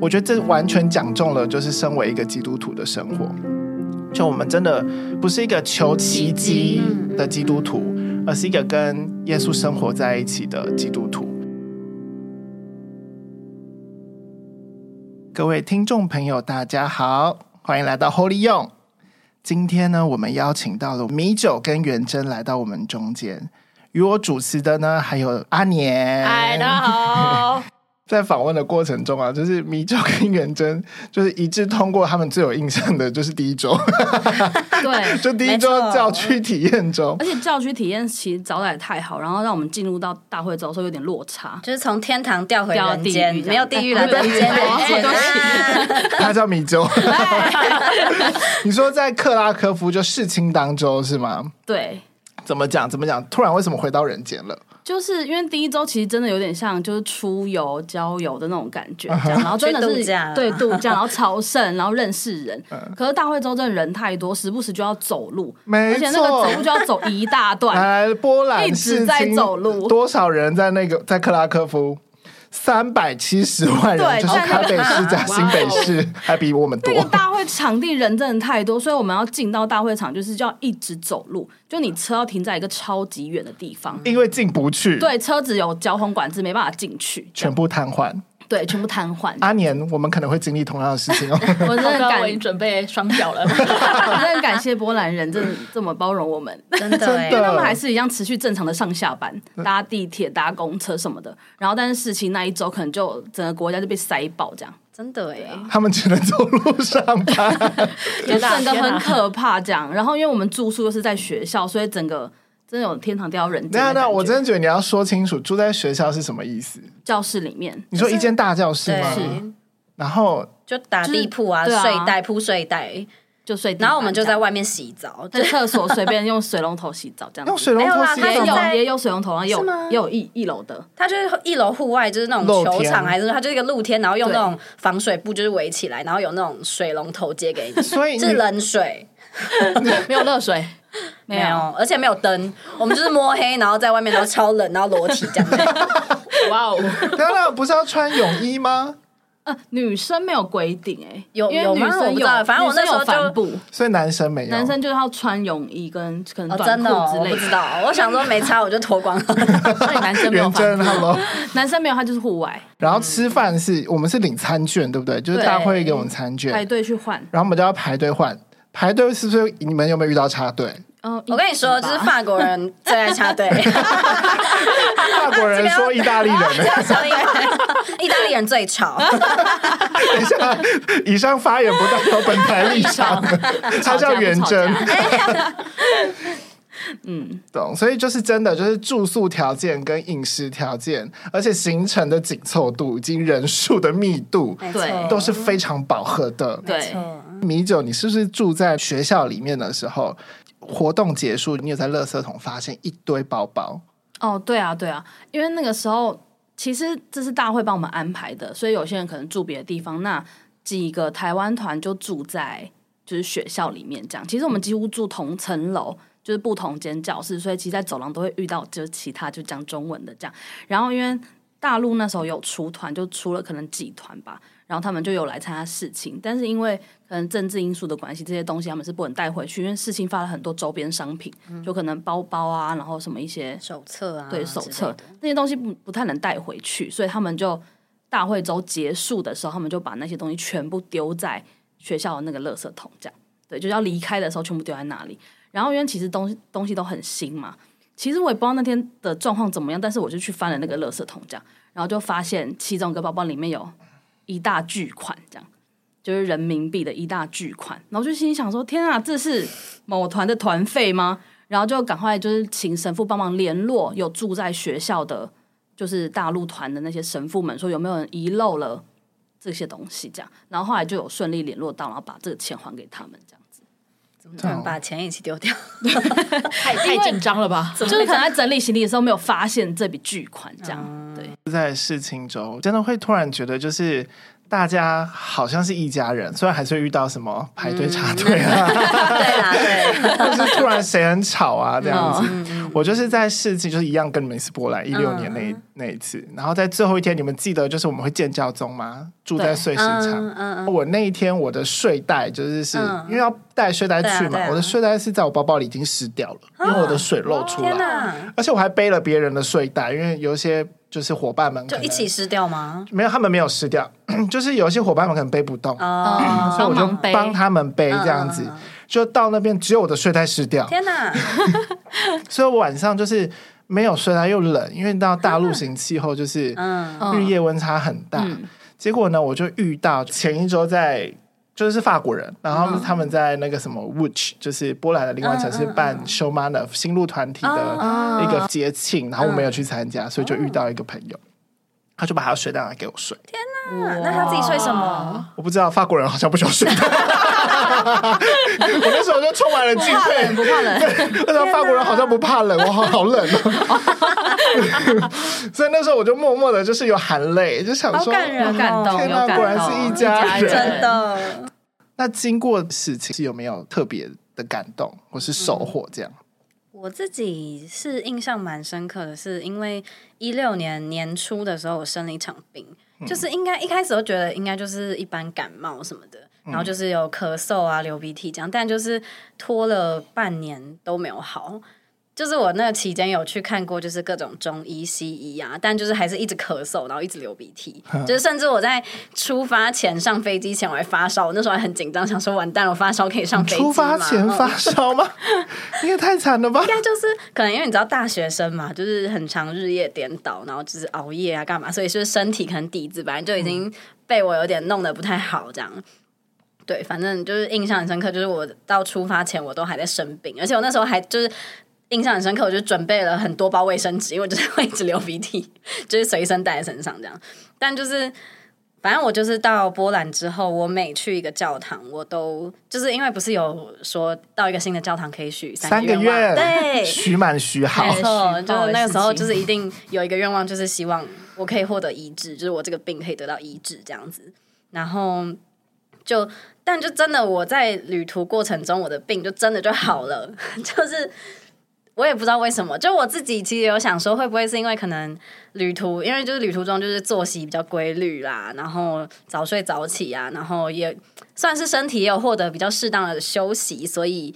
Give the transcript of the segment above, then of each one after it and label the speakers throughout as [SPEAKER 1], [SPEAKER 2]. [SPEAKER 1] 我觉得这完全讲中了，就是身为一个基督徒的生活。就我们真的不是一个求奇迹的基督徒，而是一个跟耶稣生活在一起的基督徒。各位听众朋友，大家好，欢迎来到 Holy 用。今天呢，我们邀请到了米酒跟元珍来到我们中间，与我主持的呢还有阿年。
[SPEAKER 2] 嗨，哎大家好。
[SPEAKER 1] 在访问的过程中啊，就是米酒跟元珍就是一致通过，他们最有印象的就是第一周，
[SPEAKER 2] 对，
[SPEAKER 1] 就第一周教区体验中。
[SPEAKER 2] 而且教区体验其实招待得太好，然后让我们进入到大会之后，说有点落差。
[SPEAKER 3] 就是从天堂掉回
[SPEAKER 2] 掉
[SPEAKER 3] 人
[SPEAKER 2] 地
[SPEAKER 3] 间
[SPEAKER 2] 狱，这样
[SPEAKER 3] 没有 地狱了，人间
[SPEAKER 2] 哎
[SPEAKER 3] 人间
[SPEAKER 2] 对不
[SPEAKER 3] 啊
[SPEAKER 1] 他叫米酒， 你说在克拉科夫就事情当中是吗？
[SPEAKER 2] 对，
[SPEAKER 1] 怎么讲？怎么讲？突然为什么回到人间了？
[SPEAKER 2] 就是因为第一周其实真的有点像就是出游、郊游的那种感觉，这样，然后真的
[SPEAKER 3] 去
[SPEAKER 2] 是
[SPEAKER 3] 度假
[SPEAKER 2] 对度假，然后朝 圣，然后认识人。可是大会周真的人太多，时不时就要走路，
[SPEAKER 1] 没
[SPEAKER 2] 而且那个
[SPEAKER 1] 错
[SPEAKER 2] 走路就要走一大 段，
[SPEAKER 1] 来哎波兰
[SPEAKER 2] 一直
[SPEAKER 1] 事
[SPEAKER 2] 在
[SPEAKER 1] 情
[SPEAKER 2] 走路
[SPEAKER 1] 多少人在那个在克拉科夫？三百七十万人，
[SPEAKER 2] 对
[SPEAKER 1] 就是
[SPEAKER 2] 在那
[SPEAKER 1] 台
[SPEAKER 2] 个啊哦
[SPEAKER 1] 北市加新北市，还比我们多
[SPEAKER 2] 那。个大会场地人真的太多，所以我们要进到大会场就是就要一直走路，就你车要停在一个超级远的地方。
[SPEAKER 1] 因为进不去，，
[SPEAKER 2] 对，车子有交通管制，没办法进去，
[SPEAKER 1] 全部瘫痪。
[SPEAKER 2] 对，全部瘫痪。
[SPEAKER 1] 阿年，我们可能会经历同样的事情哦。
[SPEAKER 2] 我真的
[SPEAKER 4] 浩哥，
[SPEAKER 2] 感，
[SPEAKER 4] 我已经准备双脚了。
[SPEAKER 2] 我真的感谢波兰人，真的这么包容我们，
[SPEAKER 3] 真的
[SPEAKER 1] 真
[SPEAKER 3] 哎
[SPEAKER 1] 的
[SPEAKER 2] 他们还是一样持续正常的上下班，
[SPEAKER 1] 嗯
[SPEAKER 2] 搭地铁、搭公车什么的。然后，但是事情那一周可能就整个国家就被塞爆，这样
[SPEAKER 3] 真的哎，
[SPEAKER 1] 他们只能走路上班，
[SPEAKER 2] 就
[SPEAKER 4] 哪
[SPEAKER 2] 整个
[SPEAKER 4] 天
[SPEAKER 2] 很
[SPEAKER 4] 哪
[SPEAKER 2] 可怕。这样，然后因为我们住宿又是在学校，所以整个真的有天堂掉人间的
[SPEAKER 1] 那
[SPEAKER 2] 感觉。
[SPEAKER 1] 那我真的觉得你要说清楚，住在学校是什么意思？
[SPEAKER 2] 教室里面
[SPEAKER 1] 你说一间大教室吗？
[SPEAKER 3] 对，
[SPEAKER 1] 然后
[SPEAKER 3] 就打地铺啊，
[SPEAKER 2] 就是对啊
[SPEAKER 3] 睡袋铺睡袋，
[SPEAKER 2] 就睡地板这样，
[SPEAKER 3] 然后我们就在外面洗澡，
[SPEAKER 2] 在
[SPEAKER 3] 就
[SPEAKER 2] 厕所随便用水龙头洗澡，这样子
[SPEAKER 1] 用水龙
[SPEAKER 3] 没有
[SPEAKER 1] 头
[SPEAKER 3] 啦
[SPEAKER 1] 洗
[SPEAKER 3] 他
[SPEAKER 2] 也
[SPEAKER 1] 澡
[SPEAKER 3] 现
[SPEAKER 1] 吗？
[SPEAKER 3] 在
[SPEAKER 2] 有也有水龙头，然后也
[SPEAKER 3] 是
[SPEAKER 2] 有
[SPEAKER 3] 吗
[SPEAKER 2] 也有一一楼的，
[SPEAKER 3] 它就是一楼户外，就是那种
[SPEAKER 1] 露
[SPEAKER 3] 球
[SPEAKER 1] 天
[SPEAKER 3] 场还是它就是一个露天，然后用
[SPEAKER 2] 对
[SPEAKER 3] 那种防水布就是围起来，然后有那种水龙头接给 你，
[SPEAKER 1] 所以你
[SPEAKER 3] 是冷水。
[SPEAKER 4] 没有热水，
[SPEAKER 2] 没
[SPEAKER 3] 没有，而且没有灯，我们就是摸黑，然后在外面都超冷，然后裸体这样子。
[SPEAKER 4] 哇哦！
[SPEAKER 1] 当然不是要穿泳衣吗？
[SPEAKER 2] 呃，女生没有规定哎、欸，
[SPEAKER 3] 有
[SPEAKER 2] 因为
[SPEAKER 3] 有
[SPEAKER 2] 女
[SPEAKER 3] 吗我
[SPEAKER 2] 生
[SPEAKER 3] 不知
[SPEAKER 2] 有，
[SPEAKER 3] 道反正我那时候
[SPEAKER 2] 女生有帆布，
[SPEAKER 1] 所以男生没有，
[SPEAKER 2] 男生就是要穿泳衣跟可能
[SPEAKER 3] 哦，
[SPEAKER 2] 短
[SPEAKER 3] 真的、哦，
[SPEAKER 2] 裤
[SPEAKER 3] 我
[SPEAKER 2] 之类
[SPEAKER 3] 不知
[SPEAKER 2] 的。
[SPEAKER 3] 道。我想说没差，我就脱光了。
[SPEAKER 2] 所以男生没有
[SPEAKER 1] 元
[SPEAKER 2] 帆
[SPEAKER 1] 真
[SPEAKER 2] 布，
[SPEAKER 3] 哦
[SPEAKER 1] ，hello。
[SPEAKER 2] 男生没有，他就是户 外
[SPEAKER 1] 然后吃饭是我们是领餐券，对不对？就是
[SPEAKER 2] 对
[SPEAKER 1] 大会给我们餐券，
[SPEAKER 2] 排队去换。
[SPEAKER 1] 然后我们就要排队换。排队是不是你们有没有遇到插 队？
[SPEAKER 2] 哦，
[SPEAKER 3] 我跟你说，
[SPEAKER 2] 一
[SPEAKER 3] 就
[SPEAKER 2] 起
[SPEAKER 3] 是
[SPEAKER 2] 吧
[SPEAKER 3] 法国人最爱插队，
[SPEAKER 1] 法国人说意大利人呢？
[SPEAKER 3] 所以 意大利人最吵。
[SPEAKER 1] 等一下，以上发言不代表本台立 场。他叫元真，
[SPEAKER 2] 吵架嗯
[SPEAKER 1] 懂？所以就是真的，就是住宿条件跟饮食条件，而且行程的紧凑度以及人数的密度，
[SPEAKER 3] 没
[SPEAKER 2] 对
[SPEAKER 3] 错
[SPEAKER 1] 都是非常饱和的。
[SPEAKER 2] 对，
[SPEAKER 1] 米酒，你是不是住在学校里面的时候，活动结束，你有在垃圾桶发现一堆包包？
[SPEAKER 2] 哦，对啊，对啊，因为那个时候其实这是大会帮我们安排的，所以有些人可能住别的地方，那几个台湾团就住在就是学校里面这样。其实我们几乎住同层楼，就是不同间教室，所以其实在走廊都会遇到就是其他就讲中文的这样。然后因为大陆那时候有出团，就出了可能几团吧，然后他们就有来参加事情，但是因为可能政治因素的关系，这些东西他们是不能带回去，因为事情发了很多周边商品，就可能包包啊，然后什么一些
[SPEAKER 3] 手册啊，
[SPEAKER 2] 对手
[SPEAKER 3] 之类
[SPEAKER 2] 册
[SPEAKER 3] 的
[SPEAKER 2] 那些东西不不太能带回去，所以他们就大会周结束的时候，他们就把那些东西全部丢在学校的那个垃圾桶，这样对，就是要离开的时候全部丢在那里。然后因为其实东西东西都很新嘛，其实我也不知道那天的状况怎么样，但是我就去翻了那个垃圾桶，这样，然后就发现其中一个包包里面有一大巨款，这样。就是人民币的一大巨款，然后就心里想说：天啊，这是某团的团费吗？然后就赶快就是请神父帮忙联络有住在学校的，就是大陆团的那些神父们，说有没有人遗漏了这些东西，这样。然后后来就有顺利联络到，然后把这个钱还给他们，这样。
[SPEAKER 3] 怎么突然把钱一起丢掉？
[SPEAKER 4] 太太紧张了吧？
[SPEAKER 2] 就是可能在整理行李的时候没有发现这笔巨款，这样。对，
[SPEAKER 1] 在事情中，真的会突然觉得，就是大家好像是一家人，虽然还是会遇到什么排队插队啊，
[SPEAKER 3] 对啦，对，
[SPEAKER 1] 或是突然谁很吵啊这样
[SPEAKER 2] 哦
[SPEAKER 1] 子。
[SPEAKER 3] 嗯嗯
[SPEAKER 1] 我就是在试镜，就是一样跟你们一次波兰一六年那一、那一次，然后在最后一天，你们记得就是我们会见教宗吗？住在
[SPEAKER 2] 对
[SPEAKER 1] 碎石场。
[SPEAKER 3] 嗯嗯嗯，
[SPEAKER 1] 我那一天我的睡袋就是是、
[SPEAKER 3] 嗯
[SPEAKER 1] 因为要带睡袋去嘛，
[SPEAKER 3] 对啊对啊啊
[SPEAKER 1] 我的睡袋是在我包包里已经湿掉了，因为我的水漏出
[SPEAKER 3] 天
[SPEAKER 1] 来，
[SPEAKER 3] 哪，
[SPEAKER 1] 而且我还背了别人的睡袋，因为有一些就是伙伴们可
[SPEAKER 3] 就
[SPEAKER 1] 能
[SPEAKER 3] 一起湿掉吗？
[SPEAKER 1] 没有，他们没有湿掉， 就是有一些伙伴们可能背不动，
[SPEAKER 3] 哦，
[SPEAKER 1] 所以我就
[SPEAKER 2] 帮忙背
[SPEAKER 1] 帮他们背这样子，
[SPEAKER 3] 嗯嗯嗯
[SPEAKER 1] 就到那边只有我的睡袋湿掉，
[SPEAKER 3] 天哪，
[SPEAKER 1] 所以我晚上就是没有睡袋啊又冷，因为到大陆型气候就是
[SPEAKER 3] 嗯，
[SPEAKER 2] 嗯
[SPEAKER 1] 日夜温差很大。
[SPEAKER 2] 嗯
[SPEAKER 1] 结果呢，我就遇到前一周在就是法国人，然后他们在那个什么 w i c h 就是波兰的另外一城市办 s h o m a n o v 新路团体的一个节庆，然后我没有去参加，所以就遇到一个朋友，他就把他的水袋拿给我睡，
[SPEAKER 3] 那他自己睡什么？
[SPEAKER 1] 我不知道法国人好像不喜欢睡 袋。我那时候就充满了敬佩，
[SPEAKER 2] 不怕冷，
[SPEAKER 1] 那时候法国人好像不怕冷，我好好冷哦。 所以那时候我就默默的，就是有含泪，就想说，
[SPEAKER 2] 有感动，
[SPEAKER 1] 天
[SPEAKER 2] 有感动，
[SPEAKER 1] 果然是一家
[SPEAKER 4] 一家人
[SPEAKER 1] 人。
[SPEAKER 3] 真的，
[SPEAKER 1] 那经过事情是有没有特别的感动或是收获？这
[SPEAKER 2] 嗯
[SPEAKER 1] 样，
[SPEAKER 3] 我自己是印象蛮深刻的，是因为一六年年初的时候，我生了一场病，
[SPEAKER 1] 嗯
[SPEAKER 3] 就是应该一开始都觉得应该就是一般感冒什么的，
[SPEAKER 1] 嗯
[SPEAKER 3] 然后就是有咳嗽啊、流鼻涕这样，但就是拖了半年都没有好。就是我那个期间有去看过，就是各种中医、西医啊，但就是还是一直咳嗽，然后一直流鼻涕，就是甚至我在出发前上飞机前我还发烧，我那时候还很紧张，想说完蛋了，我发烧可以上飞机吗
[SPEAKER 1] 出发前
[SPEAKER 3] 嗯
[SPEAKER 1] 发烧 吗？你也太惨了吧！
[SPEAKER 3] 应该就是可能因为你知道大学生嘛，就是很长日夜颠倒，然后就是熬夜啊干嘛，所以就是身体可能底子本来就已经被我有点弄得不太好这样。对，反正就是印象很深刻，就是我到出发前我都还在生病，而且我那时候还就是印象很深刻，我就准备了很多包卫生纸，因为我就是会一直流鼻涕，就是随身带在身上这样。但就是反正我就是到波兰之后，我每去一个教堂，我都就是因为不是有说到一个新的教堂可以许
[SPEAKER 1] 三个
[SPEAKER 3] 愿望，
[SPEAKER 1] 愿
[SPEAKER 3] 对，
[SPEAKER 1] 许满许好，
[SPEAKER 3] 没错，
[SPEAKER 2] 许
[SPEAKER 3] 就
[SPEAKER 2] 报的
[SPEAKER 3] 是那个
[SPEAKER 2] 事
[SPEAKER 3] 时候，
[SPEAKER 2] 情
[SPEAKER 3] 就是一定有一个愿望，就是希望我可以获得医治，就是我这个病可以得到医治这样子。然后就，但就真的我在旅途过程中，我的病就真的就好了， 就是我也不知道为什么，就我自己其实有想说，会不会是因为可能旅途，因为就是旅途中就是作息比较规律啦，然后早睡早起啊，然后也算是身体也有获得比较适当的休息，所以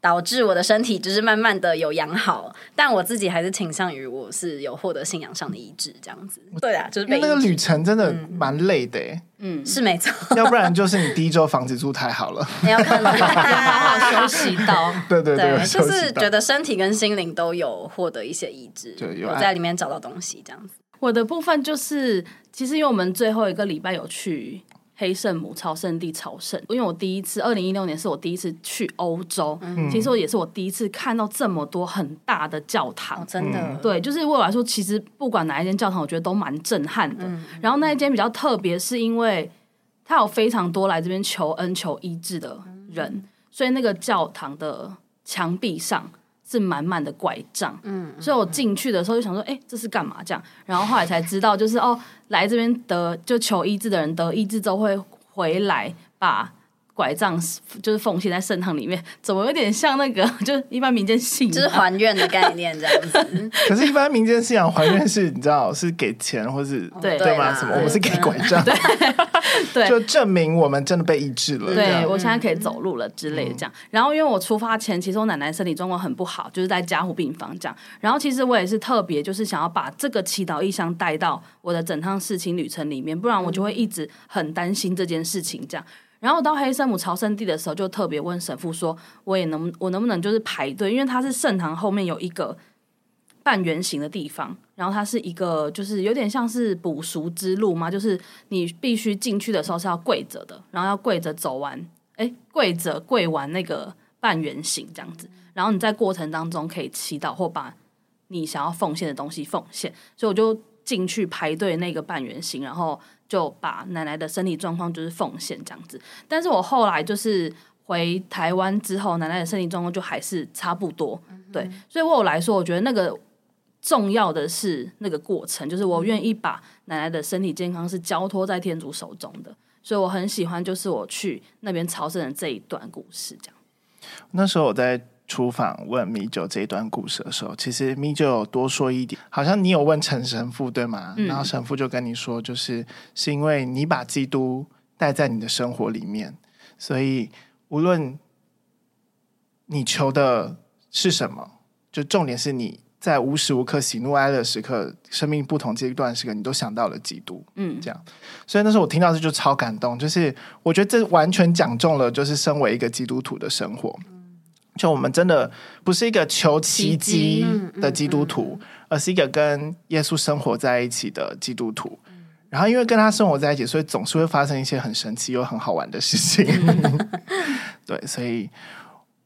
[SPEAKER 3] 导致我的身体就是慢慢的有养好，但我自己还是倾向于我是有获得信仰上的医治这样子。对啊，就是
[SPEAKER 1] 因为那
[SPEAKER 3] 被
[SPEAKER 1] 个
[SPEAKER 3] 医治
[SPEAKER 1] 旅程真的蛮累的欸，
[SPEAKER 2] 嗯，
[SPEAKER 3] 是没错，
[SPEAKER 1] 要不然就是你第一周房子住太好了，
[SPEAKER 3] 没有可能
[SPEAKER 2] 好好休息到，
[SPEAKER 1] 对 对
[SPEAKER 3] 对，
[SPEAKER 1] 我
[SPEAKER 3] 就
[SPEAKER 1] 休
[SPEAKER 3] 是
[SPEAKER 1] 息到
[SPEAKER 3] 觉得身体跟心灵都有获得一些医治，
[SPEAKER 1] 对有
[SPEAKER 3] 我
[SPEAKER 1] 爱
[SPEAKER 3] 在里面找到东西这样子。
[SPEAKER 2] 我的部分就是，其实因为我们最后一个礼拜有去黑圣母朝圣地朝圣，因为我第一次，二零一六年是我第一次去欧洲，其实我也是我第一次看到这么多很大的教堂。
[SPEAKER 3] 哦，真的，
[SPEAKER 1] 嗯
[SPEAKER 2] 对，就是为我来说，其实不管哪一间教堂，我觉得都蛮震撼的。然后那一间比较特别，是因为它有非常多来这边求恩、求医治的人，所以那个教堂的墙壁上是满满的拐杖。嗯，所以我进去的时候就想说，哎、这是干嘛这样？然后后来才知道，就是哦，来这边得就求医治的人得医治之后会回来把。拐杖就是缝隙在圣堂里面，怎么有点像那个， 就是一般民间信仰，
[SPEAKER 3] 就是还愿的概念这样子。
[SPEAKER 1] 可是，一般民间信仰还愿是，你知道是给钱或是
[SPEAKER 2] 对
[SPEAKER 1] 对吗？
[SPEAKER 3] 对啦
[SPEAKER 1] 什么？我们是给拐杖，
[SPEAKER 2] 对
[SPEAKER 1] 就证明我们真的被医治了。这
[SPEAKER 2] 对
[SPEAKER 1] 样嗯
[SPEAKER 2] 我现在可以走路了之类的这样。然后因为我出发前，其实我奶奶身体状况很不好，就是在加护病房这样。然后其实我也是特别就是想要把这个祈祷意向带到我的整趟事情旅程里面，不然我就会一直很担心这件事情这样。然后我到黑圣母朝圣地的时候，就特别问神父说，我也能我能不能就是排队，因为它是圣堂后面有一个半圆形的地方，然后它是一个就是有点像是捕赎之路嘛，就是你必须进去的时候是要跪着的，然后要跪着走完，哎，跪着跪完那个半圆形这样子，然后你在过程当中可以祈祷或把你想要奉献的东西奉献，所以我就进去排队那个半圆形，然后就把奶奶的身体状况就是奉献这样子，但是我后来就是回台湾之后，奶奶的身体状况就还是差不多，对，所以对我来说，我觉得那个重要的是那个过程，就是我愿意把奶奶的身体健康是交托在天主手中的，所以我很喜欢就是我去那边朝圣的这一段故事，这样。
[SPEAKER 1] 那时候我在厨房问米酒这一段故事的时候，其实米酒有多说一点，好像你有问陈神父对吗？然后神父就跟你说，就是是因为你把基督带在你的生活里面，所以无论你求的是什么，就重点是你在无时无刻喜怒哀乐时刻，生命不同阶段时刻，你都想到了基督。
[SPEAKER 2] 嗯，
[SPEAKER 1] 这样。所以那时候我听到这就超感动，就是我觉得这完全讲中了，就是身为一个基督徒的生活。就我们真的不是一个求奇迹
[SPEAKER 3] 嗯
[SPEAKER 1] 的基督徒，而是一个跟耶稣生活在一起的基督徒。
[SPEAKER 3] 嗯
[SPEAKER 1] 然后因为跟他生活在一起，所以总是会发生一些很神奇又很好玩的事 情。对，所以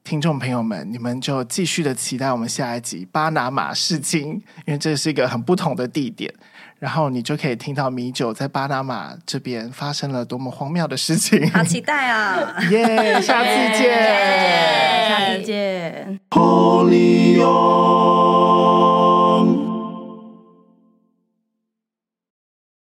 [SPEAKER 1] 听众朋友们，你们就继续的期待我们下一集巴拿马事情，因为这是一个很不同的地点。然后你就可以听到米酒在巴拿马这边发生了多么荒谬的事情。
[SPEAKER 3] 好期待啊！
[SPEAKER 1] 耶下次见。
[SPEAKER 2] 下次见。
[SPEAKER 1] Holy 哦。